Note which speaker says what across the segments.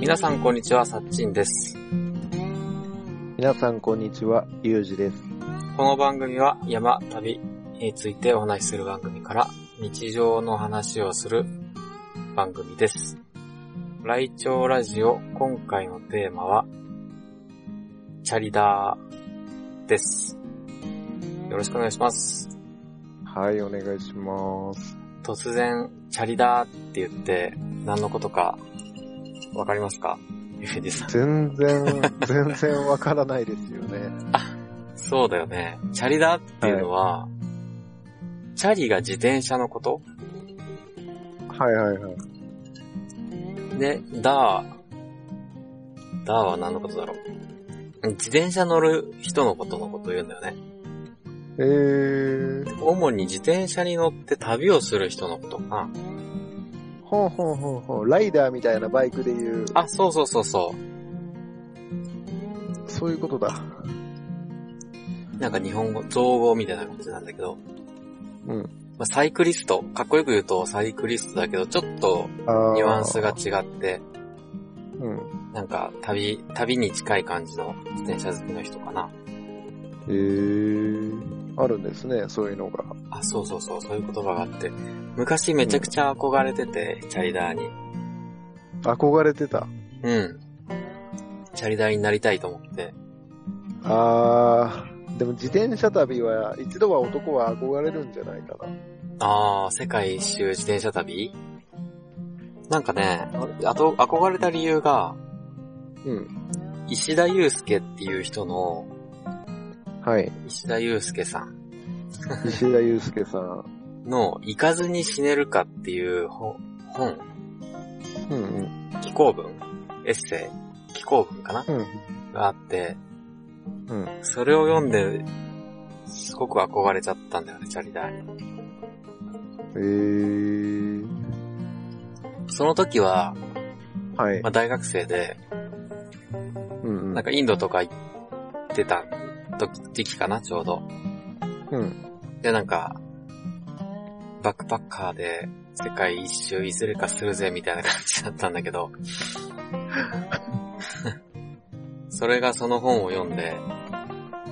Speaker 1: 皆さん、こんにちは。さっちんです。
Speaker 2: 皆さん、こんにちは。ゆうじです。
Speaker 1: この番組は山、旅についてお話しする番組から日常の話をする番組です。ライチョウラジオ、今回のテーマは、チャリダーです。よろしくお願いします。
Speaker 2: はい、お願いします。
Speaker 1: 突然、チャリダーって言って、何のことか、わかりますかゆうじさん。
Speaker 2: 全然、 全然わからないですよね。
Speaker 1: そうだよね。チャリダーっていうのは、チャリが自転車のこと
Speaker 2: はいはいはい。
Speaker 1: で、ダー。ダーは何のことだろう。自転車乗る人のことのことを言うんだよね。
Speaker 2: えー、
Speaker 1: 主に自転車に乗って旅をする人のことかな。
Speaker 2: ほんほんほんほん、ライダーみたいなバイクで言う、
Speaker 1: あ、そうそうそうそ
Speaker 2: そういうことだ。
Speaker 1: う。なんか日本語、造語みたいな感じなんだけど。
Speaker 2: うん。
Speaker 1: まあ、サイクリスト。かっこよく言うとサイクリストだけど、ちょっと
Speaker 2: あー
Speaker 1: ニュアンスが。違って、
Speaker 2: うん。
Speaker 1: なんか旅、旅に近い感じの自転車好きの人かな。
Speaker 2: えー、あるんですね、そういうのが。
Speaker 1: あ、そうそうそう、そういう言葉があって。昔めちゃくちゃ憧れてて、チャリダーに。
Speaker 2: 憧れてた。
Speaker 1: うん。チャリダーになりたいと思って。
Speaker 2: あー、でも自転車旅は、一度は男は憧れるんじゃないか
Speaker 1: あー、世界一周自転車旅なんかね、あと、憧れた理由が、
Speaker 2: な。うん。
Speaker 1: 石田祐介っていう人の、
Speaker 2: はい。
Speaker 1: 石田祐介さん
Speaker 2: 石田祐介さん。
Speaker 1: の、行かずに死ねるかっていう本、本、
Speaker 2: うんうん。
Speaker 1: 寄稿文エッセイ寄稿文かな
Speaker 2: うん。
Speaker 1: があって、
Speaker 2: うん。
Speaker 1: それを読んで、すごく憧れちゃったんだよね、チャリダーに。
Speaker 2: えー、
Speaker 1: その時は、
Speaker 2: はい
Speaker 1: ま。あ、大学生で、
Speaker 2: うんうん
Speaker 1: なんかインドとか行ってた時時期かな、ちょうど。
Speaker 2: うん。
Speaker 1: で、なんか、バックパッカーで世界一周いずれかするぜみたいな感じだったんだけど、 それがその本を読んで、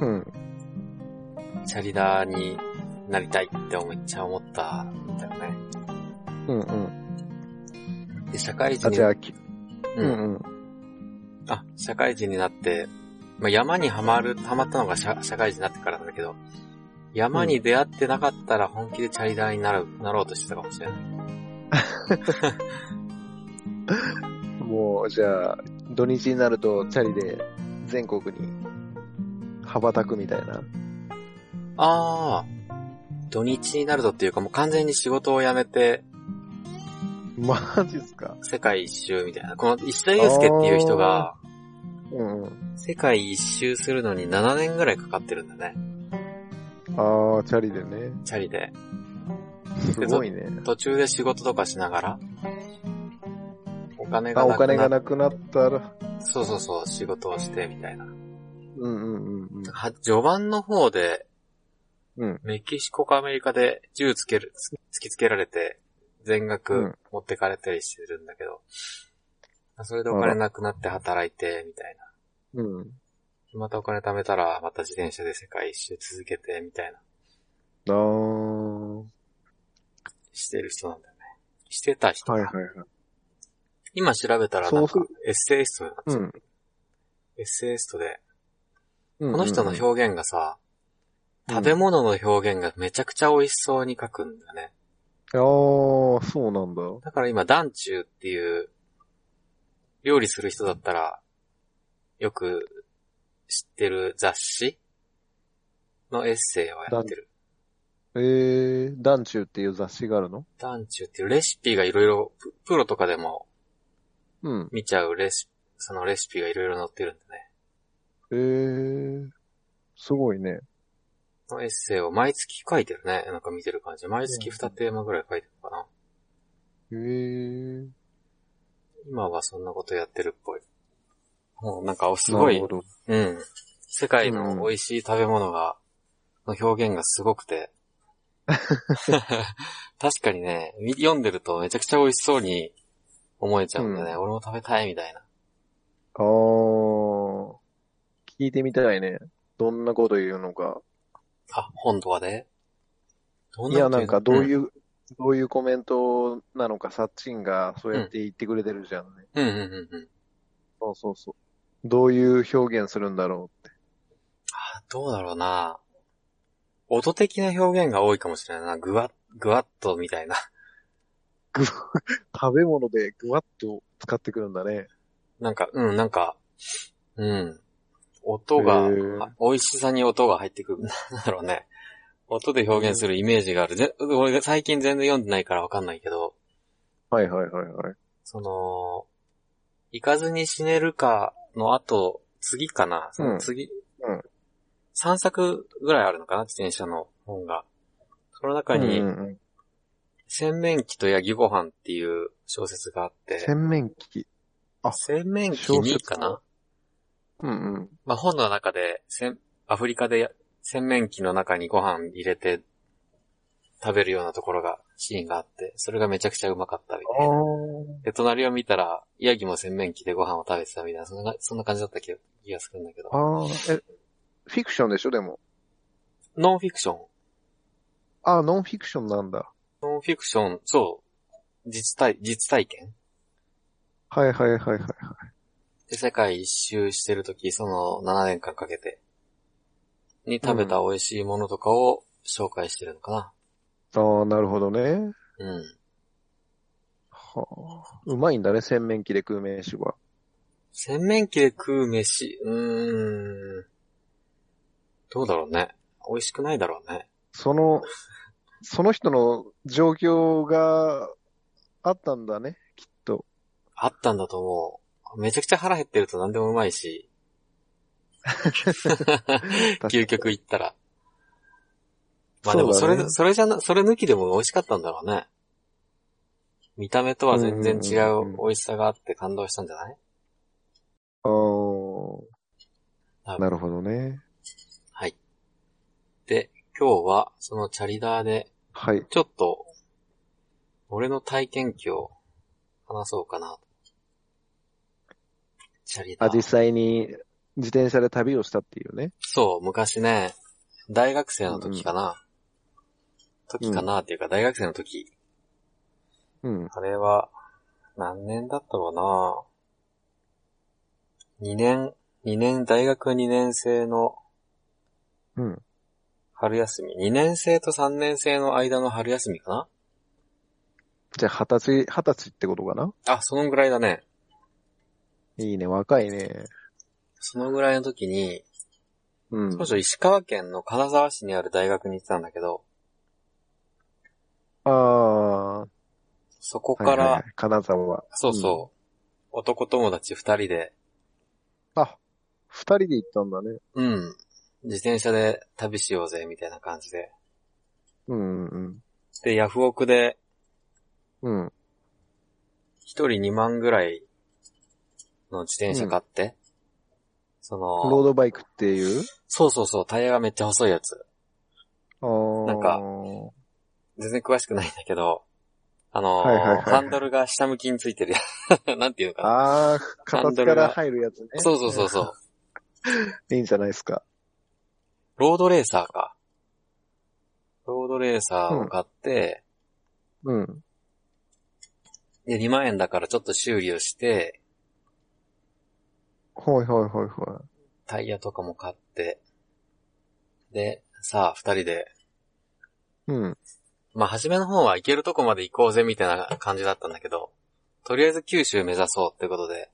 Speaker 2: うん。
Speaker 1: チャリダーになりたいってめっちゃ思ったんだよね。
Speaker 2: うんうん。
Speaker 1: で、社会人
Speaker 2: あ、
Speaker 1: に
Speaker 2: じゃ、あ、き
Speaker 1: う、
Speaker 2: うんんうん。
Speaker 1: あ、社会人になって、まあ、山にはまる、はまったのが社社会人になってからなんだけど、山に出会ってなかったら本気でチャリダーになる、なろうとしてたかもしれない。
Speaker 2: もう、じゃあ、土日になると、チャリで全国に羽ばたくみたいな。
Speaker 1: ああ、土日になるとっていうかもう完全に仕事を辞めて
Speaker 2: マジっすか
Speaker 1: 世界一周みたいな。この石田祐介っていう人が
Speaker 2: うんうん。
Speaker 1: 世界一周するのに7年ぐらいかかってるんだね。
Speaker 2: ああ、チャリでね。
Speaker 1: チャリで。
Speaker 2: すごいね。
Speaker 1: 途中で仕事とかしながら、お金が
Speaker 2: あ、
Speaker 1: なく
Speaker 2: お
Speaker 1: な
Speaker 2: 金がなくなったら、
Speaker 1: そうそうそう、仕事をしてみたいな。
Speaker 2: うんうんうん
Speaker 1: は序盤の方で、
Speaker 2: うん
Speaker 1: メキシコかアメリカで銃つける、つ突きつけられて、全
Speaker 2: う
Speaker 1: 額
Speaker 2: ん
Speaker 1: 持ってかれたりしてるんだけど、それでお金なくなって働いて、みたいな。
Speaker 2: うん。うん。
Speaker 1: またお金貯めたら、また自転車で世界一周続けて、みたいな、
Speaker 2: ああ、は
Speaker 1: してる人なんだよね。してた人
Speaker 2: い
Speaker 1: が。
Speaker 2: はいはい。
Speaker 1: 今調べたら、なんか
Speaker 2: そう、
Speaker 1: エッセイストなんです
Speaker 2: う
Speaker 1: よ、
Speaker 2: ん。
Speaker 1: エッセイストで、
Speaker 2: こ
Speaker 1: この人の表現がさ、食べ物の表現がめちゃくちゃ美味しそうに書くんだよね。
Speaker 2: 物。ああ、そうなんだ。
Speaker 1: だから今、団中っていう、料理する人だったら、よく知ってる雑誌のエッセイをやってる。
Speaker 2: ええー、団中っていう雑誌があるの
Speaker 1: 団中っていうレシピがいろいろ、ププロとかでも
Speaker 2: うん。
Speaker 1: 見ちゃうレシピ、そのレシピがいろいろ載ってるんでね。
Speaker 2: ええー、すごいね。
Speaker 1: のエッセイを毎月書いてるね。なんか見てる感じ。毎月2テーマぐらい書いてるのかな。
Speaker 2: ええー、
Speaker 1: 今はそんなことやってるっぽい。もうなんか、すご
Speaker 2: ないるほ、ど
Speaker 1: うん。世界の美味しい食べ物が、の表現がすごく て。確かにね、み読んでるとめちゃくちゃ美味しそうに思えちゃうんだよね。俺も食べたいみたいな。
Speaker 2: あー、聞いてみたいね。どんなこと言うのか。
Speaker 1: あ、本とかでど。
Speaker 2: いや、なんかどういうう、どういうコメントなのか、サッチンがそうやって言ってくれてるじゃんね。
Speaker 1: うんうんうんうん。
Speaker 2: そうそうそう。どういう表現するんだろうって。
Speaker 1: あどうだろうな。音的な表現が多いかもしれないな。ぐわ、ぐわっとみたいな。
Speaker 2: 食べ物でぐわっと使ってくるんだね。
Speaker 1: なんか、うん、なんか、うん。音が
Speaker 2: へー、
Speaker 1: あ美味しさに音が入ってくる。 なんだろうね。音で表現するイメージがある。ぜ俺が最近全然読んでないからわかんないけど、
Speaker 2: はいはいはいはい。
Speaker 1: その、行かずに死ねるかの後、次かな、その次、
Speaker 2: うん
Speaker 1: 3作ぐらいあるのかな自転車の本が。その中に、
Speaker 2: うんうんうん
Speaker 1: 洗面器とヤギご飯っていう小説があって、
Speaker 2: 洗面器。あ
Speaker 1: 洗面器
Speaker 2: 小
Speaker 1: に
Speaker 2: 説
Speaker 1: かな
Speaker 2: うんうん。
Speaker 1: まあ、本の中で、せんアフリカでや洗面器の中にご飯入れて食べるようなところが、シーンがあって、それがめちゃくちゃうまかったみたいな。
Speaker 2: あ
Speaker 1: で、隣を見たら、ヤギも洗面器でご飯を食べてたみたいな、そんなそんな感じだった気が気がするんだけど。
Speaker 2: あー、え、フィクションでしょ、でも。
Speaker 1: ノンフィクション。
Speaker 2: あー、ノンフィクションなんだ。
Speaker 1: ノンフィクション、そう。実体、実体験
Speaker 2: はいはいはいはいはい。
Speaker 1: で、世界一周してるとき、その7年間かけて、に食べた美味しいものとかを紹介してるのか
Speaker 2: あー、なるほど
Speaker 1: な。
Speaker 2: ね。
Speaker 1: うん。
Speaker 2: はあ。うまいんだね、洗面器で食う名詞は。
Speaker 1: 洗面器で食う飯、うーん。どうだろうね。美味しくないだろうね。
Speaker 2: その、その人の状況があったんだね、きっと。
Speaker 1: あったんだと思う。めちゃくちゃ腹減ってると何でもうまいし。 究極言ったら。まあでもそれ、
Speaker 2: う
Speaker 1: そ,、
Speaker 2: だね
Speaker 1: れじゃな、それ抜きでも美味しかったんだろうね。見た目とは全然違
Speaker 2: うんうんうん
Speaker 1: う美味しさがあって感動したんじゃない
Speaker 2: あーなるほどね。
Speaker 1: はい。で、今日はそのチャリダーで
Speaker 2: はい。
Speaker 1: ちょっと、俺の体験記を話そうかな。チャリダ
Speaker 2: あ、
Speaker 1: ー
Speaker 2: 実。際に自転車で旅をしたっていうね。
Speaker 1: そう、昔ね、大学生の時かな。時かなっていうか、大学生の時。
Speaker 2: うん。
Speaker 1: あれは、何年だったろうな二年、二年、大学2年生の
Speaker 2: うん。
Speaker 1: 春休み。2年生と3年生の間の春休みか
Speaker 2: じゃあ、二十歳、二十歳ってことかな
Speaker 1: なあ、そのぐらいだね。
Speaker 2: いいね、若いね。
Speaker 1: そのぐらいの時に、
Speaker 2: うん。
Speaker 1: 当初石川県の金沢市にある大学に行ってたんだけど、
Speaker 2: ああ、は
Speaker 1: そこ
Speaker 2: い
Speaker 1: から、
Speaker 2: はいはい、金沢。
Speaker 1: そうそう、男友達2人で、
Speaker 2: あ、二人で行ったんだね。
Speaker 1: うん、自転車で旅しようぜ、みたいな感じで。
Speaker 2: うんうん
Speaker 1: で、ヤフオクで
Speaker 2: うん。うん。
Speaker 1: 一人2万ぐらいの自転車買って、そ
Speaker 2: ロー
Speaker 1: の、
Speaker 2: ドバイクっていう
Speaker 1: そうそうそう、タイヤがめっちゃ細いやつ。
Speaker 2: あー
Speaker 1: なんか全然詳しくないんだけど、あの、
Speaker 2: はいはいはい
Speaker 1: ハンドルが下向きについてるやつ。 なんていうのかな。
Speaker 2: ああ、
Speaker 1: ハンド
Speaker 2: 形
Speaker 1: ルが
Speaker 2: から入るやつね。
Speaker 1: そうそうそうそう。
Speaker 2: いいんじゃないですか。
Speaker 1: ロードレーサーか。ロードレーサーを買って、
Speaker 2: うん。
Speaker 1: で、2万円だからちょっと修理をして、
Speaker 2: ほいほいほいほい。
Speaker 1: タイヤとかも買って、で、さあ、二人で、
Speaker 2: うん。
Speaker 1: まあ、初めの方は行けるとこまで行こうぜ、みたいな感じだったんだけど、とりあえず九州目指そうってことで、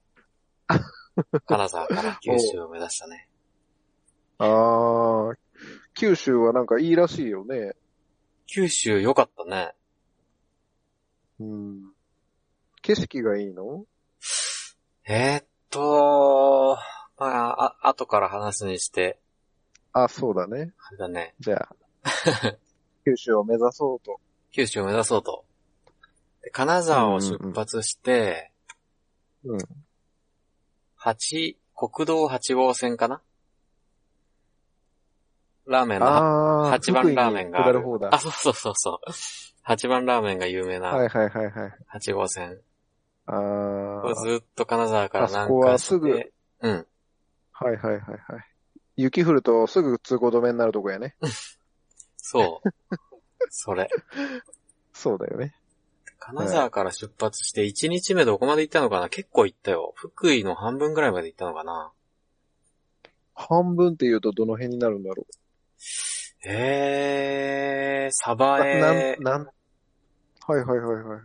Speaker 1: 金沢から九州を目指したね。
Speaker 2: ああ、九州はなんかいいらしいよね。
Speaker 1: 九州良かったね。
Speaker 2: うん。景色がいいの
Speaker 1: えーっと、まあ、あ、後から話すにして、
Speaker 2: あ、そうだね。
Speaker 1: あれだね、
Speaker 2: じゃ あ、九州を目指そうと。
Speaker 1: 九州を目指そうと。で金沢を出発して、
Speaker 2: うんうんうん
Speaker 1: 八、国道8号線かなラーメンの
Speaker 2: ああ、
Speaker 1: 八番ラーメンがあ
Speaker 2: 福井
Speaker 1: る
Speaker 2: に下る方だ
Speaker 1: あ、。そうそうそうそう。八番ラーメンが有名
Speaker 2: は
Speaker 1: ない
Speaker 2: はいはいはい。
Speaker 1: 8号線。
Speaker 2: ああ、
Speaker 1: こ
Speaker 2: は
Speaker 1: れずっと金沢から南下して。
Speaker 2: あそこはすぐ
Speaker 1: うん。
Speaker 2: いはいはいはい。雪降るとすぐ通行止めになるとこやね。
Speaker 1: そう。 それ。
Speaker 2: そうだよね。
Speaker 1: 金沢から出発して1日目どこまで行ったのかな結構行ったよ。福井の半分ぐらいまで行ったのかな
Speaker 2: 半分って言うとどの辺になるんだろ
Speaker 1: えー、
Speaker 2: う。
Speaker 1: 鯖江、
Speaker 2: な、なん、はいはいはいはいはい。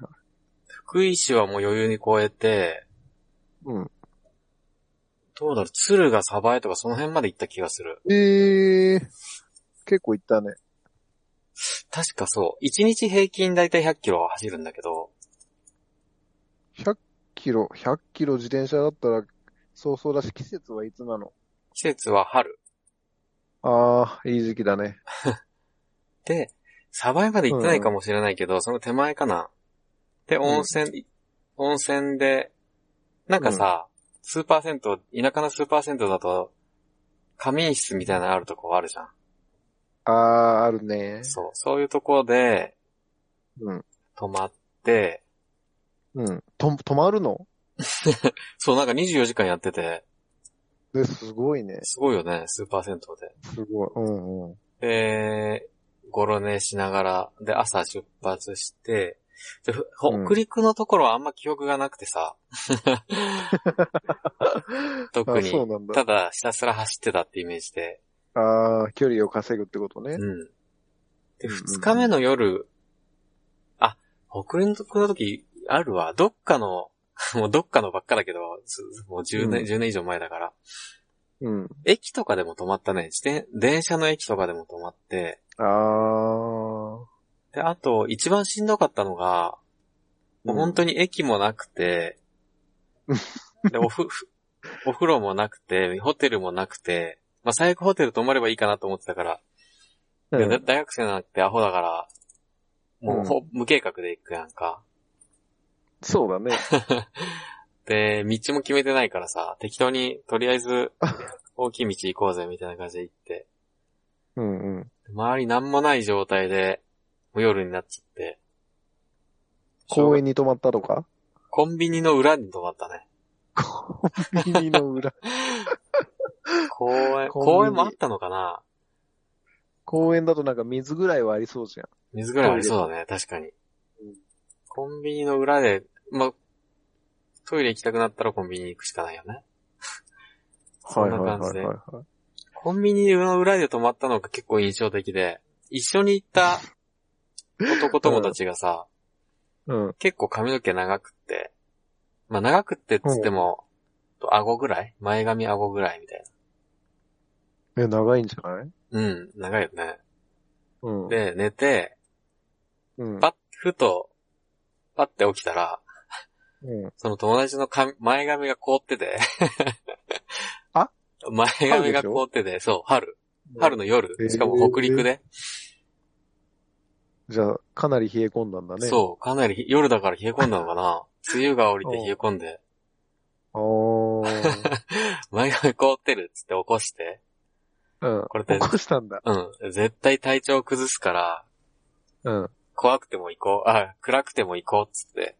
Speaker 1: 福井市はもう余裕に超えて、
Speaker 2: うん。
Speaker 1: どうだろう、鶴が鯖江とかその辺まで行った気がする。
Speaker 2: ええー、結構行ったね。
Speaker 1: 確かそう。1日平均だいたい100キロは走るんだけど、
Speaker 2: 100キロ、100キロ自転車だったら、そうそうだし、季節はいつなの
Speaker 1: 季節は春。
Speaker 2: ああ、いい時期だね。
Speaker 1: で、鯖江まで行ってないかもしれないけど、その手前かな。で、温泉、温泉で、なんかさ、スーパーセント、田舎のスーパーセントだと、仮眠室みたいなのあるとこあるじゃん。
Speaker 2: ああ、あるね。
Speaker 1: そう。そういうとこで、
Speaker 2: うん。
Speaker 1: 泊まって、
Speaker 2: うん。と、泊まるの
Speaker 1: そう、なんか24時間やってて、
Speaker 2: で、すごいね。
Speaker 1: すごいよね、スーパー銭湯
Speaker 2: すごい。うんうん。
Speaker 1: で。で、ごろ寝しながら、で、朝出発して、で、ふ
Speaker 2: うん
Speaker 1: 北陸のところはあんま記憶がなくて さ、特
Speaker 2: あ
Speaker 1: に
Speaker 2: そうなんだ。
Speaker 1: ただひたすら走ってたってイメージで、
Speaker 2: ああ、距離を稼ぐってことね。
Speaker 1: うん。で、
Speaker 2: うんうんうん
Speaker 1: 二日目の夜、あ、北陸の時あるわ、どっかの、 もうどっかのばっかだけど、すもう10年、
Speaker 2: うん
Speaker 1: 10年以上前だから、
Speaker 2: うん。
Speaker 1: 駅とかでも止まったね、自転、電車の駅とかでも止まって、
Speaker 2: ああ。
Speaker 1: で、あと、一番しんどかったのが、もう本当に駅もなくて、で、おふ、お風呂もなくて、ホテルもなくて、まあ、最悪ホテル泊まればいいかなと思ってたから、
Speaker 2: うん
Speaker 1: でだ大学生なんてアホだから、もう、
Speaker 2: うん
Speaker 1: ほ無計画で行くやんか。
Speaker 2: そうだね。
Speaker 1: で、道も決めてないからさ、適当に、とりあえ ず、大きい道行こうぜ、みたいな感じで行って、
Speaker 2: うんうん。
Speaker 1: 周りなんもない状態で、もう夜になっちゃって、
Speaker 2: 公園に泊まったとか
Speaker 1: コンビニの裏に泊まったね。
Speaker 2: コンビニの裏。
Speaker 1: 公 園、
Speaker 2: コンビニ
Speaker 1: 公園もあったのかな
Speaker 2: 公園だとなんか水ぐらいはありそうじゃん。
Speaker 1: 水ぐらいありそうだね、確かに
Speaker 2: うん。
Speaker 1: コンビニの裏で、まあ、トイレ行きたくなったらコンビニに行くしかないよね。そんな感じで
Speaker 2: はいはいはいはいはい。
Speaker 1: コンビニの裏で泊まったのが結構印象的で、一緒に行った男友達がさ、
Speaker 2: うん。
Speaker 1: 結構髪の毛長くって、まあ長くってっつっても、と顎ぐらい前髪顎ぐらいみたい
Speaker 2: え、長いんじゃない
Speaker 1: な。うん、長いよね。
Speaker 2: うん。
Speaker 1: で、寝て、
Speaker 2: うん、
Speaker 1: パッ、ふと、パッて起きたら、
Speaker 2: うん。
Speaker 1: その友達の髪前髪が凍ってて。
Speaker 2: あ
Speaker 1: 前髪が凍ってて、そう、春。春
Speaker 2: の。
Speaker 1: の夜
Speaker 2: え。ー
Speaker 1: しかも北陸で。
Speaker 2: じゃあ、かなり冷え込んだんだね。
Speaker 1: そう、かなり夜だから冷え込んだのか な。梅雨が降りて冷え込んで、
Speaker 2: う。おー。
Speaker 1: 前髪凍ってるっつって起こして、
Speaker 2: うん。
Speaker 1: これって
Speaker 2: 起こしたんだ。
Speaker 1: うん、絶対体調崩すから、
Speaker 2: うん。
Speaker 1: 怖くても行こう、あ、暗くても行こうっつって、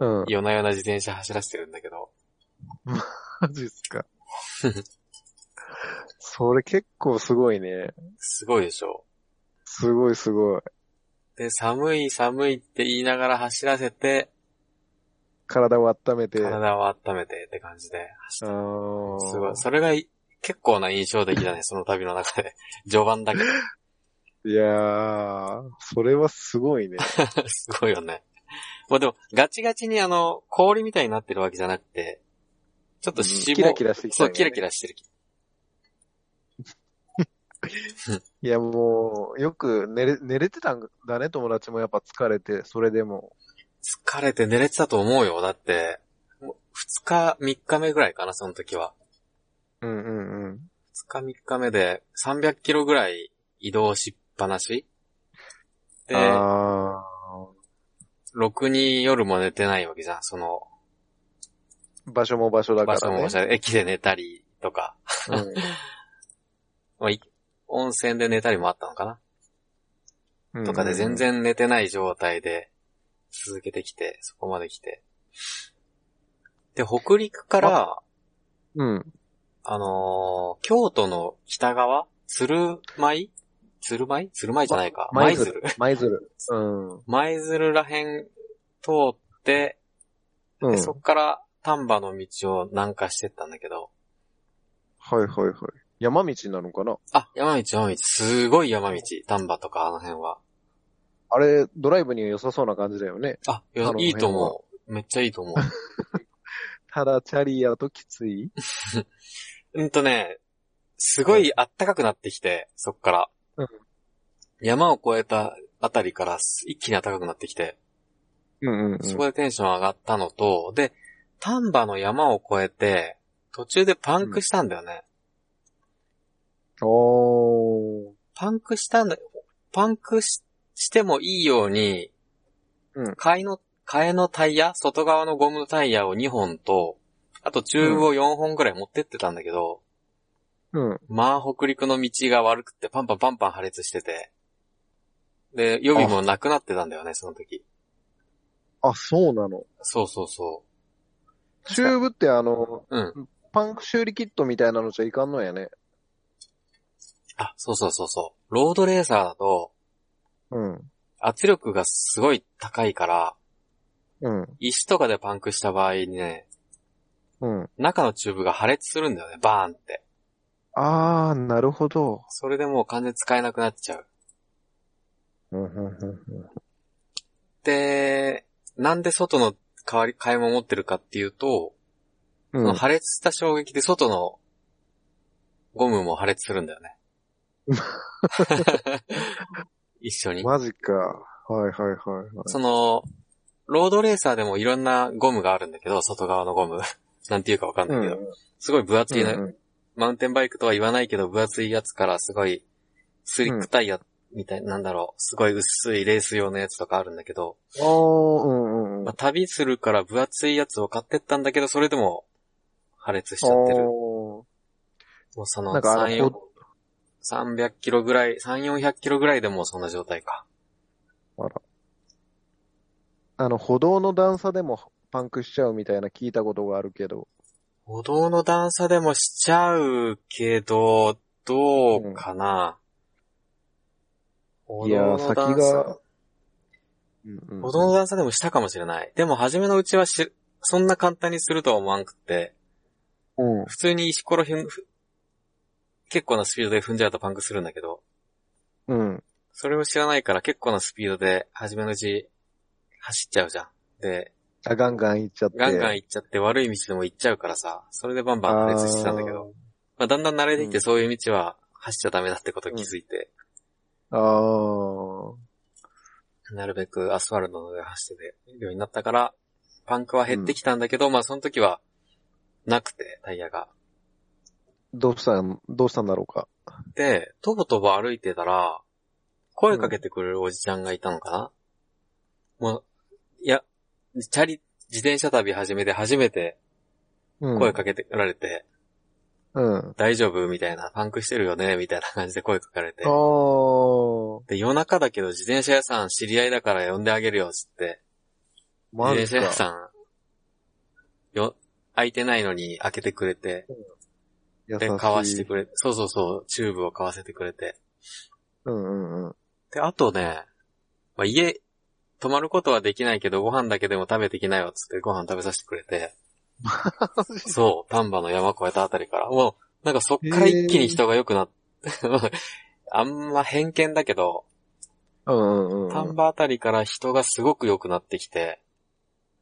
Speaker 2: うん。
Speaker 1: 夜な夜な自転車走らせてるんだけど、
Speaker 2: マジっすか。それ結構すごいね。
Speaker 1: すごいでしょ。
Speaker 2: すごいすごい。
Speaker 1: で、寒い寒いって言いながら走らせて、
Speaker 2: 体を温めて。あ
Speaker 1: 体を温めてって感じで走って
Speaker 2: ー
Speaker 1: すごい。それがい結構な印象的だね、その旅の中で。序盤だけど。
Speaker 2: いやー、それはすごいね。
Speaker 1: すごいよね。まあでも、ガチガチにあの、氷みたいになってるわけじゃなくて、ちょっと
Speaker 2: うん
Speaker 1: 霜、
Speaker 2: キラキラしてきた
Speaker 1: そ
Speaker 2: よ
Speaker 1: う、
Speaker 2: ね
Speaker 1: キラキラしてる。
Speaker 2: いやもう、よく寝れ、寝れてたんだね、友達もやっぱ疲れて、それでも。
Speaker 1: 疲れて寝れてたと思うよ。だって、もう二日、三日目ぐらいかな、その時は。
Speaker 2: うんうんうん。
Speaker 1: 二日、三日目で、300キロぐらい移動しっぱなし。で、
Speaker 2: あ
Speaker 1: ろくに夜も寝てないわけじゃん、その、
Speaker 2: ー、場所も場所だか
Speaker 1: 場
Speaker 2: ら
Speaker 1: 所も
Speaker 2: ね
Speaker 1: おし。ゃれ、駅で寝たりとか。
Speaker 2: うん
Speaker 1: まあ、い温泉で寝たりもあったのかな、
Speaker 2: うん
Speaker 1: とかで全。然寝てない状態で続けてきて、そこまで来て。で、北陸から、
Speaker 2: うん。
Speaker 1: あのー京都の北側鶴舞鶴舞鶴舞じゃないか。舞
Speaker 2: 舞
Speaker 1: 鶴
Speaker 2: 鶴。舞鶴。うん。
Speaker 1: 舞鶴らへん通って、
Speaker 2: う
Speaker 1: で
Speaker 2: ん。
Speaker 1: そっから丹波の道を南下してったんだけど、
Speaker 2: はいはいはい。山道なのかな
Speaker 1: あ、山道山道、すごい山道、丹波とかあの辺は。
Speaker 2: あれ、ドライブには良さそうな感じだよね。
Speaker 1: あ、いや
Speaker 2: あの
Speaker 1: いいと思う。めっちゃいいと思う。
Speaker 2: ただ、チャリやときつい
Speaker 1: うんとね、すごい暖かくなってきて、そっから。
Speaker 2: うん
Speaker 1: 山を越えたあたりから一気に暖かくなってきて、
Speaker 2: うんうんうん。
Speaker 1: そこでテンション上がったのと、で、丹波の山を越えて、途中でパンクしたんだよね。
Speaker 2: おー。
Speaker 1: パンクしたんだ、パンクししてもいいように、
Speaker 2: うん
Speaker 1: 替えの、替えのタイヤ外側のゴムタイヤを2本と、あとチューブを4本くらい持ってってたんだけど、
Speaker 2: うん。
Speaker 1: まあ北陸の道が悪くてパンパンパンパン破裂してて、で、予備もなくなってたんだよね、その時。
Speaker 2: あ、そうなの。
Speaker 1: そうそうそ
Speaker 2: チューブってあの、
Speaker 1: う。うん。
Speaker 2: パンク修理キットみたいなのじゃいかんのやね。
Speaker 1: あ、そうそうそうそう。ロードレーサーだと、
Speaker 2: うん。
Speaker 1: 圧力がすごい高いから、
Speaker 2: うん。
Speaker 1: 石とかでパンクした場合にね、
Speaker 2: うん。
Speaker 1: 中のチューブが破裂するんだよね、バーンって。
Speaker 2: あー、なるほど。
Speaker 1: それでもう完全に使えなくなっちゃう。
Speaker 2: うんうんうん
Speaker 1: で、なんで外の代わり、買い物持ってるかっていうと、
Speaker 2: う
Speaker 1: そ
Speaker 2: ん。う
Speaker 1: の
Speaker 2: ん。
Speaker 1: 破裂した衝撃で外のゴムも破裂するんだよね。 一緒に。
Speaker 2: マジか。はいはいはいはい。
Speaker 1: その、ロードレーサーでもいろんなゴムがあるんだけど、外側のゴム。 なんていうかわかんないけど。すごい分厚いな、
Speaker 2: うんうん
Speaker 1: マウンテンバイクとは言わないけど、分厚いやつからすごい、スリックタイヤみたい、なんだろう、すごい薄いレース用のやつとかあるんだけど、
Speaker 2: おー、うんうんうん
Speaker 1: まあ、。旅するから分厚いやつを買ってったんだけど、それでも破裂しちゃってる。
Speaker 2: おー
Speaker 1: もうその
Speaker 2: なんかあ
Speaker 1: 3、
Speaker 2: の
Speaker 1: 4 300キロぐらい、3、400キロぐらいでもうそんな状態か。
Speaker 2: あの、歩道の段差でもパンクしちゃうみたいな聞いたことがあるけど。
Speaker 1: 歩道の段差でもしちゃうけど、どうかな。
Speaker 2: いやー、
Speaker 1: 歩道の
Speaker 2: 先
Speaker 1: 段差
Speaker 2: が。うんうん
Speaker 1: 歩道の段差でもしたかもしれない。でも初めのうちはし、そんな簡単にするとは思わんくって、
Speaker 2: うん。
Speaker 1: 普通に石ころ踏ん、ふ結構なスピードで踏んじゃうとパンクするんだけど、
Speaker 2: うん。
Speaker 1: それを知らないから結構なスピードで初めのうち走っちゃうじゃん。で、
Speaker 2: あ、ガンガン行っちゃって。
Speaker 1: ガンガン行っちゃって悪い道でも行っちゃうからさ、それでバンバン破裂してたんだけど、まあ、だんだん慣れてき
Speaker 2: う
Speaker 1: て
Speaker 2: ん
Speaker 1: そういう道は走っちゃダメだってことに気づいて、
Speaker 2: あー。あ
Speaker 1: なるべくアスファルトの上を走ってるようになったから、パンクは減ってきたんだけど、まあその時はなくて、タイヤが。
Speaker 2: ーどうしたん、どうしたんだろうか。
Speaker 1: で、とぼとぼ歩いてたら、声かけてくれるおじちゃんがいたのかな、もう、いや、チャリ、自転車旅始めて初めて
Speaker 2: うん。
Speaker 1: 声かけてられて、
Speaker 2: うん。
Speaker 1: 大丈夫みたいな、パンクしてるよねみたいな感じで声かけられて
Speaker 2: あ。ー。
Speaker 1: で、夜中だけど自転車屋さん知り合いだから呼んであげるよ、つって。自
Speaker 2: マ
Speaker 1: 転
Speaker 2: ジ
Speaker 1: 車屋
Speaker 2: か。
Speaker 1: さん、よ、空いてないのに開けてくれて、
Speaker 2: 優
Speaker 1: で、買わしてくれ、そうそうそう、チューブを買わせてくれて。
Speaker 2: うんうんうん。
Speaker 1: で、あとね、まあ、家、泊まることはできないけど、ご飯だけでも食べてきなよ、つってご飯食べさせてくれて。そう、丹波の山越えたあたりから。もう、なんかそっから一気に人が良くなって、 あんま偏見だけど、
Speaker 2: うんうんうん。
Speaker 1: 丹波あたりから人がすごく良くなってきて、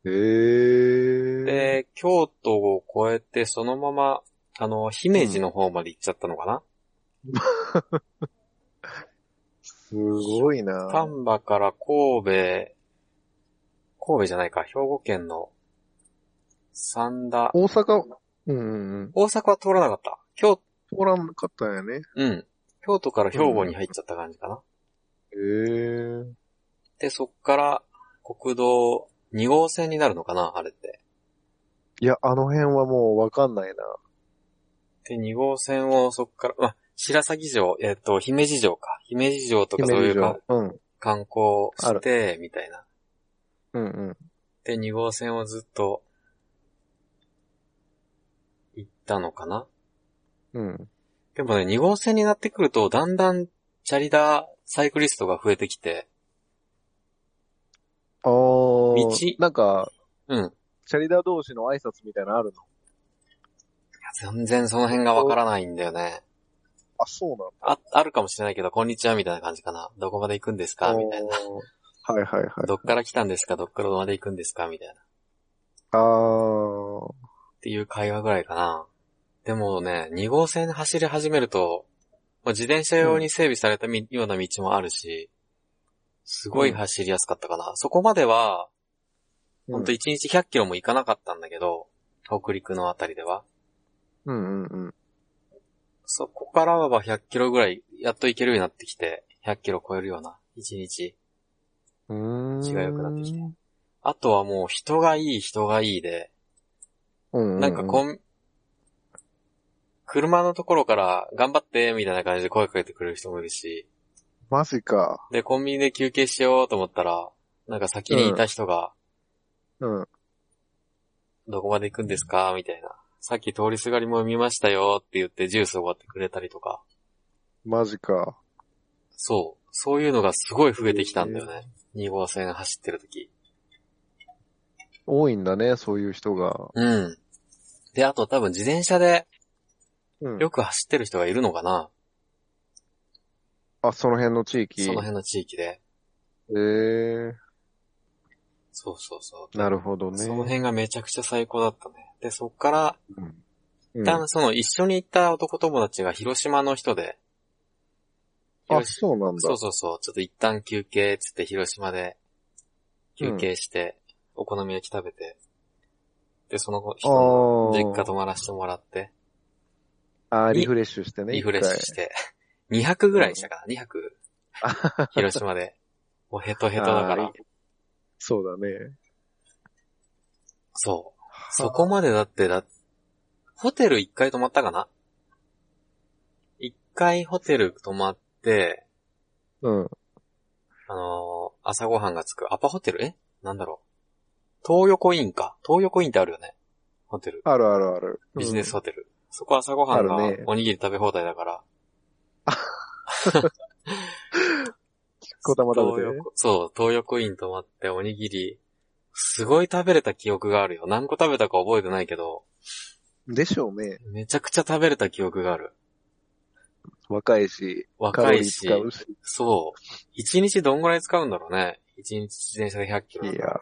Speaker 2: へー。
Speaker 1: で、京都を越えて、そのまま、あの、姫路の方まで行っちゃったのかな、
Speaker 2: すごいな。
Speaker 1: 丹波から神戸、神戸じゃないか、兵庫県の三田、
Speaker 2: 大阪、うんうんうん。
Speaker 1: 大阪は通らなかった。京、
Speaker 2: 通らんかったんやね。
Speaker 1: うん。京都から兵庫に入っちゃった感じかな。
Speaker 2: へー。
Speaker 1: で、そっから国道2号線になるのかなあれって。
Speaker 2: いや、あの辺はもうわかんないな。
Speaker 1: で、2号線をそっから、まあ、白鷺城、えっと、姫路城か。姫路城とかそういうか
Speaker 2: うん。
Speaker 1: 観光して、みたいな。
Speaker 2: うんうん。
Speaker 1: で、2号線をずっと、行ったのかな
Speaker 2: うん。
Speaker 1: でもね、2号線になってくると、だんだん、チャリダーサイクリストが増えてきて、
Speaker 2: あー
Speaker 1: 道
Speaker 2: なんか、
Speaker 1: うん。
Speaker 2: チャリダー同士の挨拶みたいなのあるの
Speaker 1: 全然その辺がわからないんだよね。
Speaker 2: あ、そうなの
Speaker 1: あ、あるかもしれないけど、こんにちはみたいな感じかな。どこまで行くんですかみたいな。
Speaker 2: あーはいはいはい。
Speaker 1: どっから来たんですかどっからまで行くんですかみたいな。っ
Speaker 2: あー
Speaker 1: ていう会話ぐらいかな。でもね、2号線走り始めると、まあ自転車用に整備されたみ、ような道もあるし、すごい走りやすかったかな。そこまでは、ほんと1日100キロも行かなかったんだけど、北陸のあたりでは。
Speaker 2: うんうんうん。
Speaker 1: そこからは100キロぐらい、やっと行けるようになってきて、100キロ超えるような、1日。
Speaker 2: うーん。
Speaker 1: 血が良くなってきてあとはもう人がいい人がいいで、
Speaker 2: うん。
Speaker 1: なんかこん、車のところから頑張って、みたいな感じで声かけてくれる人もいるし、
Speaker 2: マジか。
Speaker 1: で、コンビニで休憩しようと思ったら、なんか先にいた人が、
Speaker 2: うん。
Speaker 1: どこまで行くんですかみたいな。さっき通りすがりも見ましたよって言ってジュースを割ってくれたりとか。
Speaker 2: マジか。
Speaker 1: そう。そういうのがすごい増えてきたんだよね。2号線走ってる時。
Speaker 2: 多いんだね、そういう人が。
Speaker 1: うん。で、あと多分自転車で
Speaker 2: うん。
Speaker 1: よく走ってる人がいるのかな、
Speaker 2: あ、その辺の地域。
Speaker 1: その辺の地域で。
Speaker 2: ええ
Speaker 1: そうそうそう。
Speaker 2: ー、なるほどね。
Speaker 1: その辺がめちゃくちゃ最高だったね。で、そっから、
Speaker 2: うん、
Speaker 1: 一旦その一緒に行った男友達が広島の人で、
Speaker 2: あ、そうなんだ。
Speaker 1: そうそうそう、ちょっと一旦休憩っつって広島で休憩して、お好み焼き食べて、で、その後人の
Speaker 2: あー
Speaker 1: 実家泊まらせてもらって、
Speaker 2: あーリフレッシュしてね、
Speaker 1: リフレッシュして、2泊ぐらいしたかな、2泊。
Speaker 2: 一回。
Speaker 1: 広島で。もうヘトヘ
Speaker 2: 下
Speaker 1: トだから。
Speaker 2: そうだね。
Speaker 1: そう。そこまでだってだ、ホテル一回泊まったかな一回ホテル泊まって、
Speaker 2: うん。
Speaker 1: あのー朝ごはんがつくアパホテルえなんだろう。東横インか。東横インってあるよね。ホテル。
Speaker 2: あるあるある。
Speaker 1: ビジネスホテル。そこ朝ごはんが
Speaker 2: あるね
Speaker 1: おにぎり食べ放題だから。
Speaker 2: こたま食べて
Speaker 1: 東横そう、東横イン泊まっておにぎり、すごい食べれた記憶があるよ。何個食べたか覚えてないけど、
Speaker 2: ね。でしょうね。
Speaker 1: めちゃくちゃ食べれた記憶がある。
Speaker 2: 若いし、カ
Speaker 1: 若
Speaker 2: ロリ
Speaker 1: い
Speaker 2: ー
Speaker 1: し。
Speaker 2: 使うし。
Speaker 1: そう。一日どんぐらい使うんだろうね。一日自転車で100キ
Speaker 2: い
Speaker 1: ロ。
Speaker 2: や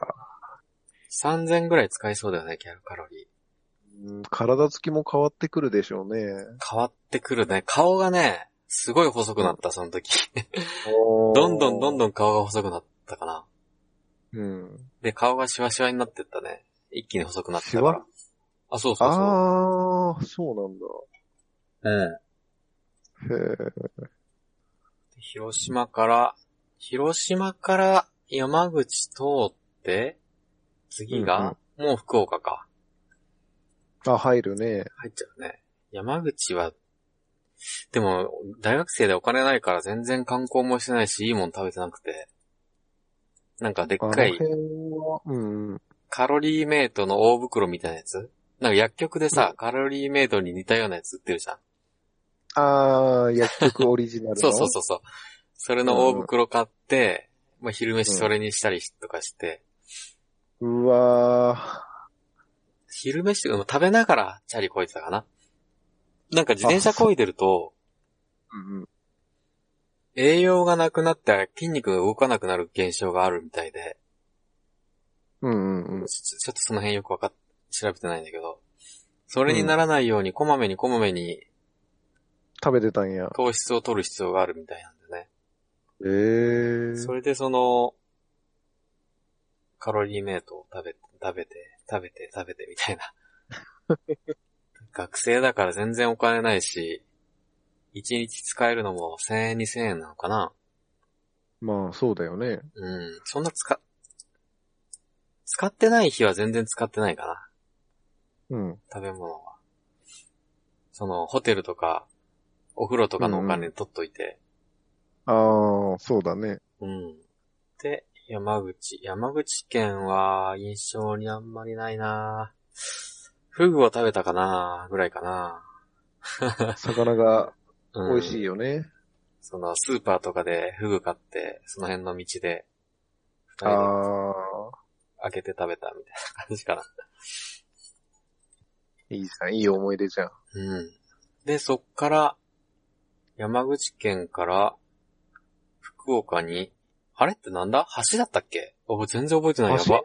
Speaker 1: 3000ぐらい使いそうだよね、キャルカロリー。
Speaker 2: ー、うん体つきも変わってくるでしょうね。
Speaker 1: 変わってくるね。顔がね、すごい細くなった、その時。 どんどんどん
Speaker 2: ん。
Speaker 1: どん顔が細くなったかな。
Speaker 2: うん。
Speaker 1: で、顔がシワシワになってったね。一気に細くなってた
Speaker 2: シ
Speaker 1: か
Speaker 2: ワ
Speaker 1: ら。あ、そうそうそ
Speaker 2: あー、そ
Speaker 1: う。
Speaker 2: う
Speaker 1: うん。
Speaker 2: なんだ。へえ。
Speaker 1: 広島から、広島から山口通って、次が、もう福岡か。
Speaker 2: あ、入るね。
Speaker 1: 入っちゃうね。山口は、でも、大学生でお金ないから全然観光もしてないし、いいもん食べてなくて。なんかでっ
Speaker 2: あの
Speaker 1: か
Speaker 2: 辺
Speaker 1: い、
Speaker 2: は、うん。
Speaker 1: カロリーメイトの大袋みたいなやつなんか薬局でさ、カロリーメイトに似たようなやつ売ってるじゃん。
Speaker 2: あー、薬局オリジナルの。
Speaker 1: そうそうそうそう。それの大袋買って、まあ、昼飯それにしたりとかして、
Speaker 2: う。うわ
Speaker 1: 昼飯とかも食べながらチャリこいてたかな。なんか自転車こいでると、
Speaker 2: ー。うんうん。
Speaker 1: 栄養がなくなって筋肉が動かなくなる現象があるみたいで、
Speaker 2: うんうんうん。
Speaker 1: ちょちょっとその辺よくわかっ、調べてないんだけど、それにならないようにこまめにこまめに
Speaker 2: 食べてたんや。
Speaker 1: 糖質を取る必要があるみたいなんだよね。
Speaker 2: ええー。
Speaker 1: それでその、カロリーメイトを食べて、食べて、食べて、食べてみたいな。学生だから全然お金ないし、1日使えるのも1000円2000円なのかな
Speaker 2: まあ、そうだよね。
Speaker 1: うん。そんな使、使ってない日は全然使ってないかな。
Speaker 2: うん。
Speaker 1: 食べ物は。その、ホテルとか、お風呂とかのお金取っといて、
Speaker 2: ああ、そうだ ね。
Speaker 1: うん。で、山口。山口県は印象にあんまりないなフグを食べたかなぐらいかな、
Speaker 2: 魚が
Speaker 1: うん、
Speaker 2: 美味しいよね。
Speaker 1: そのスーパーとかでフグ買って、その辺の道で、二人で
Speaker 2: あ
Speaker 1: 開けて食べたみたいな感じかな。
Speaker 2: あ、いいじゃん。いい思い出じゃん。
Speaker 1: うん。で、そっから、山口県から、福岡に、あれってなんだ橋だったっけお全然覚えてない。やば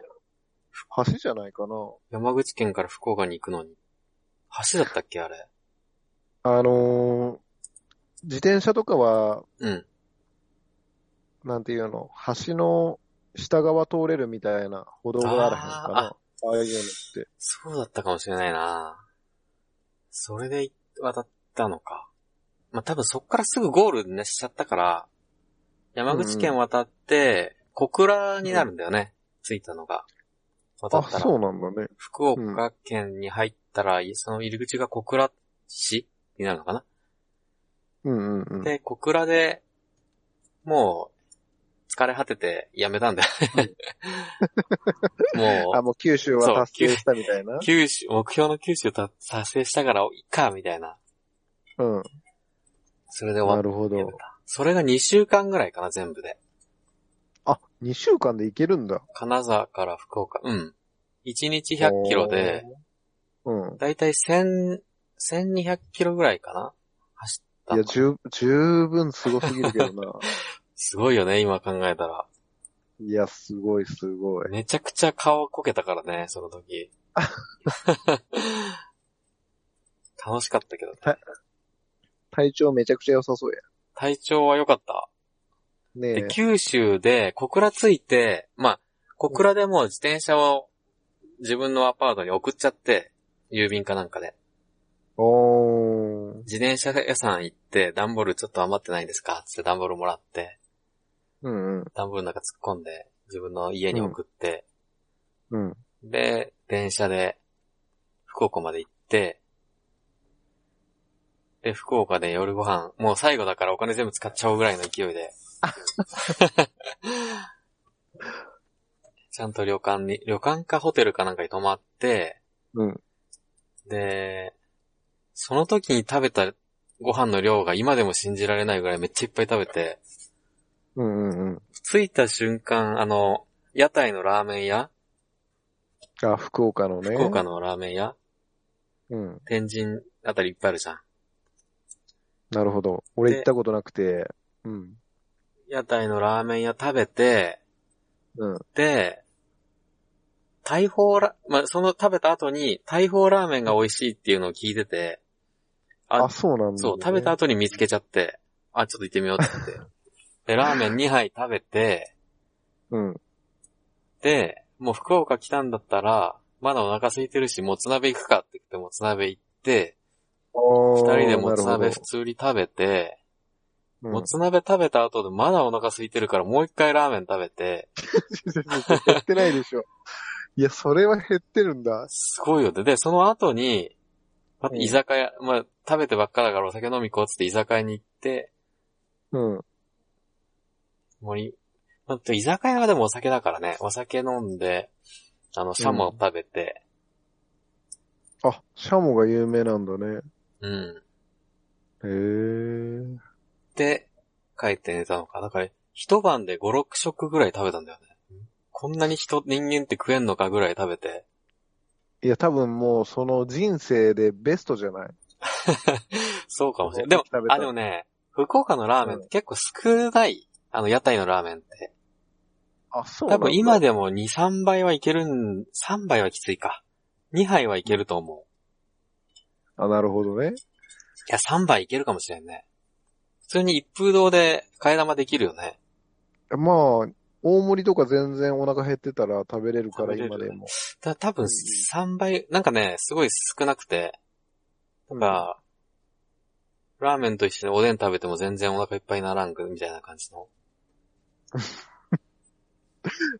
Speaker 2: 橋。橋じゃないかな。
Speaker 1: 山口県から福岡に行くのに。橋だったっけあれ。
Speaker 2: あのー自転車とかは、
Speaker 1: うん。
Speaker 2: なんていうの、橋の下側通れるみたいな歩道があらへんかな。
Speaker 1: あー
Speaker 2: ああいうのって。
Speaker 1: そうだったかもしれないなそれで渡ったのか。まあ、多分そっからすぐゴールね、しちゃったから、山口県渡って、小倉になるんだよね。着いたのが。渡
Speaker 2: あ、
Speaker 1: ったら。
Speaker 2: そうなんだね。
Speaker 1: 福岡県に入ったら、その入り口が小倉市になるのかな、
Speaker 2: うんうんうん。
Speaker 1: で、小倉で、もう、疲れ果ててやめたんだよね。も
Speaker 2: あ、もう九州は達成したみたいな
Speaker 1: う、。九州、目標の九州達成したから、いっか、みたいな。
Speaker 2: うん。
Speaker 1: それで終わ
Speaker 2: な
Speaker 1: っ
Speaker 2: るほ
Speaker 1: てやめ
Speaker 2: ど。
Speaker 1: た。それが2週間ぐらいかな、全部で。
Speaker 2: あ、2週間で行けるんだ。
Speaker 1: 金沢から福岡。うん。1日100キロで、
Speaker 2: うん。
Speaker 1: だいたい1000、1200キロぐらいかな走った
Speaker 2: い
Speaker 1: の
Speaker 2: や、十、十分すごすぎるけどな。
Speaker 1: すごいよね、今考えたら。
Speaker 2: いや、すごいすごい。
Speaker 1: めちゃくちゃ顔こけたからね、その時。 楽しかったけど、
Speaker 2: た体調めちゃくちゃ良さそうや。
Speaker 1: 体調は良かった。
Speaker 2: ね
Speaker 1: で、
Speaker 2: え。
Speaker 1: 九州で小倉ついて、まあ、小倉でもう自転車を自分のアパートに送っちゃって、郵便かなんかで。
Speaker 2: おー。
Speaker 1: 自転車屋さん行って、段ボールちょっと余ってないんですかつって段ボールもらって、
Speaker 2: うんうん。
Speaker 1: 段ボールの中突っ込んで、自分の家に送って、
Speaker 2: うん。
Speaker 1: で、電車で、福岡まで行って、で、福岡で夜ご飯、もう最後だからお金全部使っちゃおうぐらいの勢いで。 ちゃんと旅館に、旅館かホテルかなんかに泊まって、
Speaker 2: うん。
Speaker 1: で、その時に食べたご飯の量が今でも信じられないぐらいめっちゃいっぱい食べて、
Speaker 2: うんうんうん。
Speaker 1: 着いた瞬間、あの、屋台のラーメン屋、
Speaker 2: あ、福岡のね。
Speaker 1: 福岡のラーメン屋、
Speaker 2: うん。
Speaker 1: 天神あたりいっぱいあるじゃん。
Speaker 2: なるほど。俺行ったことなくて。うん。
Speaker 1: 屋台のラーメン屋食べて、
Speaker 2: うん。
Speaker 1: で、大砲ラ、まあ、その食べた後に大砲ラーメンが美味しいっていうのを聞いてて、あ、
Speaker 2: あ、そうなんだ、ね。
Speaker 1: そう、食べた後に見つけちゃって、あ、ちょっと行ってみようって言って。 で、ラーメン2杯食べて、
Speaker 2: うん。
Speaker 1: で、もう福岡来たんだったら、まだお腹空いてるし、もつ鍋行くかって言って、もつ鍋行って、
Speaker 2: お
Speaker 1: 二
Speaker 2: ー
Speaker 1: 人でもつ鍋
Speaker 2: な
Speaker 1: 普
Speaker 2: る
Speaker 1: 通に食べて、
Speaker 2: ほど
Speaker 1: もつ鍋食べた後でまだお腹空いてるからもう一回ラーメン食べて、
Speaker 2: うん、減ってないでしょ。いや、それは減ってるんだ。
Speaker 1: すごいよね。で、その後に、ま
Speaker 2: う
Speaker 1: あ、
Speaker 2: ん
Speaker 1: 居酒屋、まあ、食べてばっかだからお酒飲み行こうっつって居酒屋に行って、
Speaker 2: うん。
Speaker 1: 森、まあ、居酒屋はでもお酒だからね、お酒飲んで、あの、シャモ食べて、
Speaker 2: あ、シャモが有名なんだね。
Speaker 1: うん。
Speaker 2: へえ。
Speaker 1: で、帰って寝たのか。だから、一晩で5、6食ぐらい食べたんだよね。こんなに人、人間って食えんのかぐらい食べて、
Speaker 2: いや、多分もう、その人生でベストじゃない
Speaker 1: そうかもしれない。でも
Speaker 2: 食べ、た
Speaker 1: あ、でもね、福岡のラーメンって結構少ない。あの、屋台のラーメンって。
Speaker 2: あ、そうな
Speaker 1: 多
Speaker 2: んだ
Speaker 1: 分今でも2、3倍はいけるん、3倍はきついか。2杯はいけると思う。
Speaker 2: あ、なるほどね。
Speaker 1: いや、3杯いけるかもしれんね。普通に一風堂で替え玉できるよね。
Speaker 2: まあ、大盛りとか全然お腹減ってたら食べれるから、
Speaker 1: 食べれる
Speaker 2: 今でも。
Speaker 1: た多分
Speaker 2: うん
Speaker 1: 3倍、なんかね、すごい少なくて。なんか、ラーメンと一緒におでん食べても全然お腹いっぱいにならんく、みたいな感じの。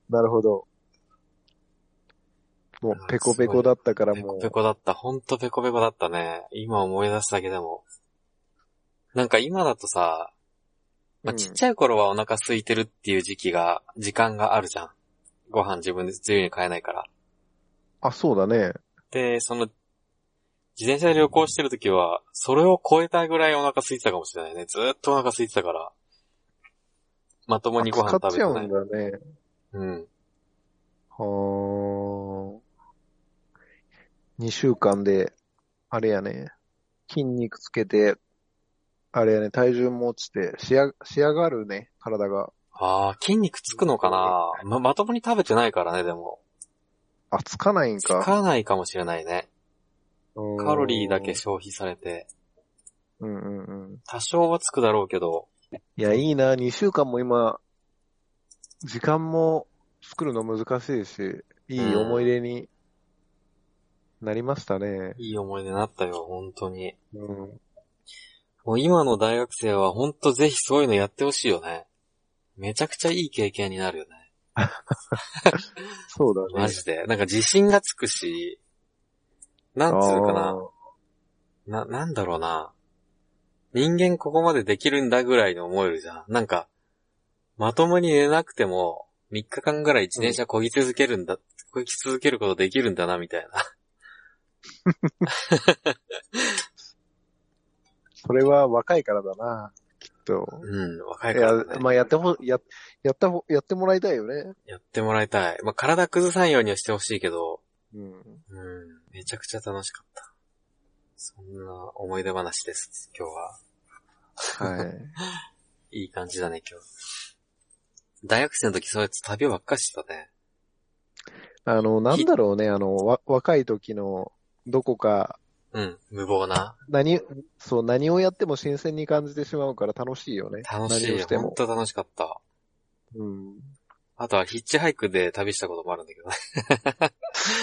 Speaker 2: なるほど。も
Speaker 1: あ
Speaker 2: う、ペコペコだったから
Speaker 1: ペ
Speaker 2: も
Speaker 1: コ
Speaker 2: う
Speaker 1: ペ、コだった。ほんとペコペコだったね。今思い出すだけでも。なんか今だとさ、まあ、
Speaker 2: うん
Speaker 1: ちっちゃい頃はお腹空いてるっていう時期が、時間があるじゃん。ご飯自分で自由に買えないから。
Speaker 2: あ、そうだね。
Speaker 1: で、その、自転車で旅行してる時は、それを超えたぐらいお腹空いてたかもしれないね。ずーっとお腹空いてたから。まともにご飯
Speaker 2: あ
Speaker 1: 食
Speaker 2: 使
Speaker 1: べ
Speaker 2: っち
Speaker 1: て
Speaker 2: ゃう
Speaker 1: ない。
Speaker 2: んだね。
Speaker 1: うん。
Speaker 2: はー。2週間で、あれやね、筋肉つけて、あれやね、体重も落ちて、仕上仕上がるね、体が。
Speaker 1: ああ、筋肉つくのかなま、まともに食べてないからね、でも。
Speaker 2: あ、つかないん
Speaker 1: つ
Speaker 2: か。
Speaker 1: かないかもしれないね。カ
Speaker 2: カ
Speaker 1: ロリーだけ。消費されて、
Speaker 2: うんうんうん。
Speaker 1: 多少はつくだろうけど、
Speaker 2: いや、いいな、2週間も今、時間も作るの難しいし、いい思い出になりましたね。
Speaker 1: いい思い出になったよ、本当に。
Speaker 2: うん。
Speaker 1: もう今の大学生は本当ぜひそういうのやってほしいよね。めちゃくちゃいい経験になるよね。
Speaker 2: そうだ
Speaker 1: マ
Speaker 2: ね。
Speaker 1: ジで。なんか自信がつくし、なんつうか
Speaker 2: あ
Speaker 1: な。
Speaker 2: ー
Speaker 1: な、なんだろうな。人間ここまでできるんだぐらいに思えるじゃん。なんか、まともに寝なくても、3日間ぐらい自転車こぎ続けるんだ、こぎ続けることできるんだな、みたいな。
Speaker 2: それは若いからだな、きっと。
Speaker 1: うん、若い
Speaker 2: い
Speaker 1: から、ね、。
Speaker 2: やまあ、やってほ、や、やったほ、やってもらいたいよね。
Speaker 1: やってもらいたい。まあ、体崩さんようにはしてほしいけど、
Speaker 2: うん。
Speaker 1: うん、めちゃくちゃ楽しかった。そんな思い出話です、今日は。
Speaker 2: はい。
Speaker 1: いい感じだね、今日。大学生の時そうやって旅ばっかりしてたね。
Speaker 2: あの、なんだろうね、あの、わ、若い時の、どこか、
Speaker 1: うん、無謀な。
Speaker 2: 何、そう、何をやっても新鮮に感じてしまうから楽しいよね。
Speaker 1: 楽し
Speaker 2: 何を
Speaker 1: い。
Speaker 2: して
Speaker 1: ほん
Speaker 2: も。
Speaker 1: と楽しかった。
Speaker 2: うん。
Speaker 1: あとはヒッチハイクで旅したこともあるんだけどね。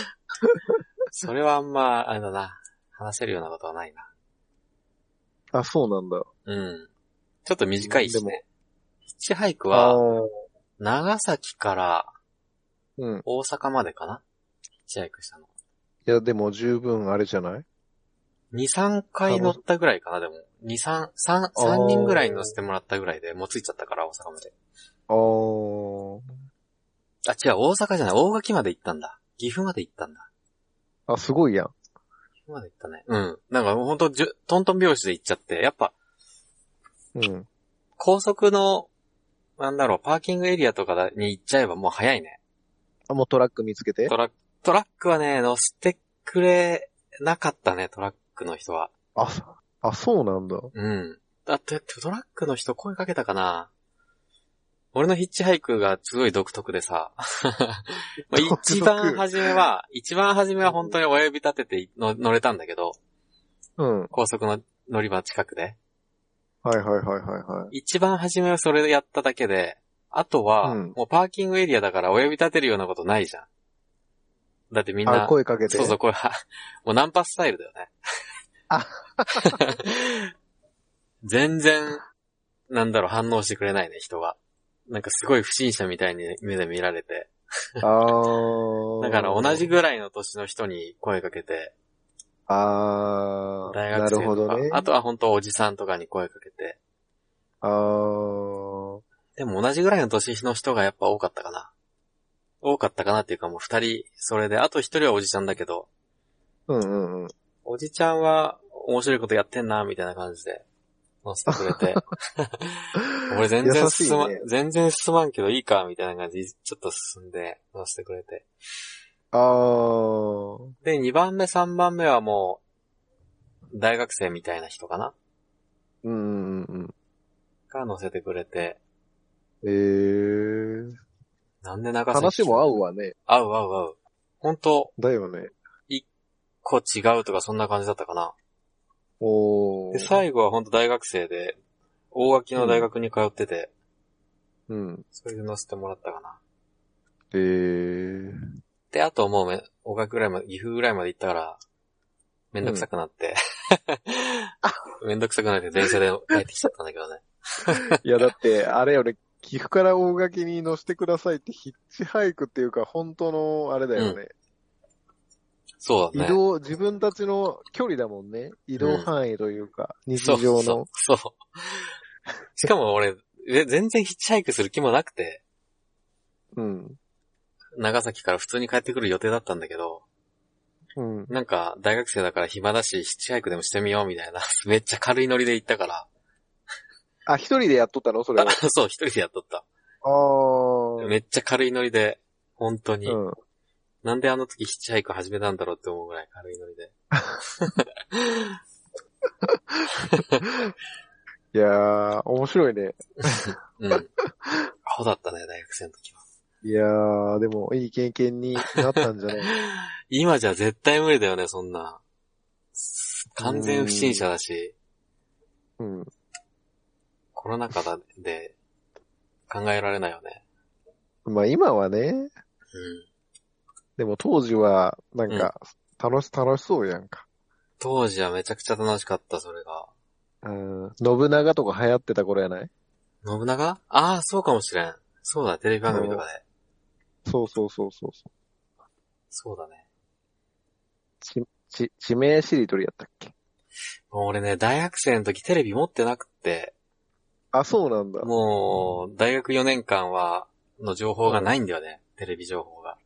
Speaker 1: それはあんま、あれだな。話せるようなことはないな。
Speaker 2: あ、そうなんだ。
Speaker 1: うん。ちょっと短いし
Speaker 2: でも
Speaker 1: ね。ヒッチハイク
Speaker 2: あ
Speaker 1: は、
Speaker 2: ー
Speaker 1: 長崎から
Speaker 2: うん。
Speaker 1: 大阪までかなヒッチハイクしたの。
Speaker 2: いや、でも十分あれじゃない
Speaker 1: 2、3回乗ったぐらいかな、でも。2、3、3、3人ぐらい乗せてもらったぐらいで、もう着いちゃったから、大阪まで。
Speaker 2: あー。
Speaker 1: あ、違う、大阪じゃない、大垣まで行ったんだ。岐阜まで行ったんだ。
Speaker 2: あ、すごいやん。
Speaker 1: 岐阜まで行ったね。うん。なんかもうほんとじゅ、トントン拍子で行っちゃって、やっぱ、
Speaker 2: うん。
Speaker 1: 高速の、なんだろう、パーキングエリアとかに行っちゃえばもう早いね。
Speaker 2: あ、もうトラック見つけて
Speaker 1: トラック、トラックはね、乗せてくれなかったね、トラックの人は。
Speaker 2: あ、そあ、そうなんだ。
Speaker 1: うん。だって、トラックの人声かけたかな俺のヒッチハイクがすごい独特でさ。 まあ
Speaker 2: 独特
Speaker 1: 一番初めは、一番初めは本当に親指立てての乗れたんだけど、
Speaker 2: うん。はい
Speaker 1: 高速の乗り場近くで。
Speaker 2: はいはいはいはい。
Speaker 1: 一番初めはそれやっただけで、あとは、
Speaker 2: うん
Speaker 1: もうパーキングエリアだから親指立てるようなことないじゃん。だってみん
Speaker 2: あ、
Speaker 1: な、
Speaker 2: 声かけて。
Speaker 1: そうそう、これは、もうナンパスタイルだよね。
Speaker 2: あ
Speaker 1: 全然、なんだろう、反応してくれないね、人が。なんかすごい不審者みたいに目で見られて。
Speaker 2: あー。
Speaker 1: だから同じ。ぐらいの年の人に声かけて、
Speaker 2: あー。
Speaker 1: 大
Speaker 2: な
Speaker 1: 学
Speaker 2: る
Speaker 1: 生と
Speaker 2: ほど
Speaker 1: か、
Speaker 2: ね。
Speaker 1: あとは本当おじさんとかに声かけて。
Speaker 2: あー。
Speaker 1: でも同じぐらいの年の人がやっぱ多かったかな。多かったかなっていうかもう二人、それで、あと一人はおじちゃんだけど、
Speaker 2: うんうんうん。
Speaker 1: おじちゃんは面白いことやってんな、みたいな感じで、乗せてくれ て。俺全然
Speaker 2: 優しい
Speaker 1: 進ま、
Speaker 2: ね。
Speaker 1: 全然進まんけどいいか、みたいな感じで、ちょっと進んで乗せてくれて。
Speaker 2: あー。
Speaker 1: で、2番目、3番目はもう、大学生みたいな人かな
Speaker 2: うんうんうん
Speaker 1: が乗せてくれて、
Speaker 2: うん。えー。
Speaker 1: なんで長崎
Speaker 2: 話も合うわね。
Speaker 1: 合う合う合う。本当
Speaker 2: だよね。
Speaker 1: こう違うとかそんな感じだったかな。
Speaker 2: お
Speaker 1: で、
Speaker 2: ー。
Speaker 1: 最後は本当大学生で、大垣の大学に通ってて、
Speaker 2: うん。
Speaker 1: それで乗せてもらったかな。
Speaker 2: えー。
Speaker 1: で、あともうめ、大学ぐらいまで、岐阜ぐらいまで行ったから、めんどくさくなって、めんどくさくなって電車で帰ってきちゃったんだけどね。
Speaker 2: いや、だって、あれよね、寄付から大垣に乗せてくださいって、ヒッチハイクっていうか、本当の、あれだよね。
Speaker 1: そうだ
Speaker 2: 移
Speaker 1: ね。
Speaker 2: 動、自分たちの距離だもんね。移動範囲というか、日
Speaker 1: そう
Speaker 2: 常
Speaker 1: そ
Speaker 2: の
Speaker 1: う。。そう。しかも俺、え全然ヒッチハイクする気もなくて、
Speaker 2: うん。
Speaker 1: 長崎から普通に帰ってくる予定だったんだけど、
Speaker 2: うん。
Speaker 1: なんか大学生だから暇だし、ヒッチハイクでもしてみようみたいな、 めっちゃ軽いノリで行ったから、
Speaker 2: あ、一人でやっとったのそれは。
Speaker 1: そう、一人でやっとった。
Speaker 2: あー
Speaker 1: めっちゃ軽いノリで、本当に。
Speaker 2: うん。
Speaker 1: なんであの時ヒッチハイク始めたんだろうって思うぐらい軽いノリで。
Speaker 2: いやー、面白いね。
Speaker 1: うん。アホだったね、大学生の時は。
Speaker 2: いやー、でも、いい経験になったんじゃ ない
Speaker 1: 今じゃ絶対無理だよね、そんな。完全不審者だし、
Speaker 2: うん。
Speaker 1: コロナ禍だで考えられないよね。
Speaker 2: まあ今はね、
Speaker 1: うん。
Speaker 2: でも当時は、なんか、楽し、楽しそうやんか。
Speaker 1: 当時はめちゃくちゃ楽しかった、それが。
Speaker 2: うん。信長とか流行ってた頃やない
Speaker 1: 信長ああ、そうかもしれん。そうだ、テレビ番組とかで。
Speaker 2: そうそうそうそうそう。
Speaker 1: そうだね。
Speaker 2: ち、ち、地名しりとりやったっけ
Speaker 1: もう俺ね、大学生の時テレビ持ってなくって、
Speaker 2: あ、そうなんだ。
Speaker 1: もう、大学4年間は、の情報がないんだよね。テレビ情報が。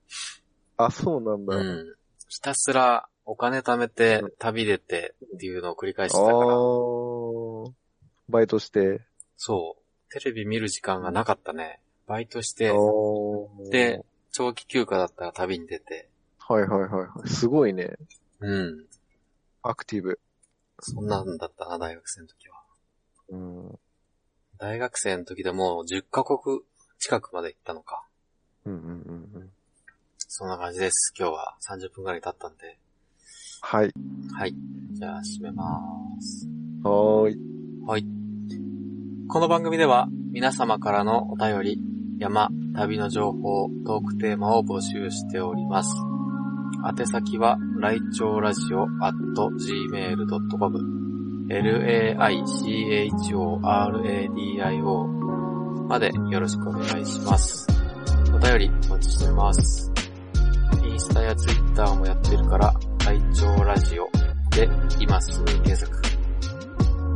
Speaker 2: あ、そうなんだ。
Speaker 1: う
Speaker 2: あ
Speaker 1: ん。ひたすら、お金貯めて
Speaker 2: う、
Speaker 1: 旅出てっていうのを繰り返してたから。
Speaker 2: ー。バイトして。
Speaker 1: そう。テレビ見る時間がなかったね。バイトして、
Speaker 2: おー
Speaker 1: で、長期休暇だったら旅に出て。
Speaker 2: はいはいはいはい。すごいね。
Speaker 1: うん。
Speaker 2: アクティブ。
Speaker 1: そんなんだったな、大学生の時は。
Speaker 2: うん。うん
Speaker 1: 大学生の時でもう10カ国近くまで行ったのか。
Speaker 2: うんうんうん。
Speaker 1: そんな感じです。今日は30分くらい経ったんで。
Speaker 2: はい。
Speaker 1: はい。じゃあ、閉めます。
Speaker 2: はーい。
Speaker 1: はい。この番組では皆様からのお便り、山、旅の情報、トークテーマを募集しております。宛先は、来庁ラジオ at gmail.com、laichoradio までよろしくお願いします。お便りお待ちしてます。インスタやツイッターもやってるから、来庁ラジオで今すぐ検索。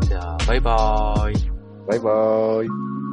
Speaker 1: じゃあ、バイバーイ。
Speaker 2: バイバーイ。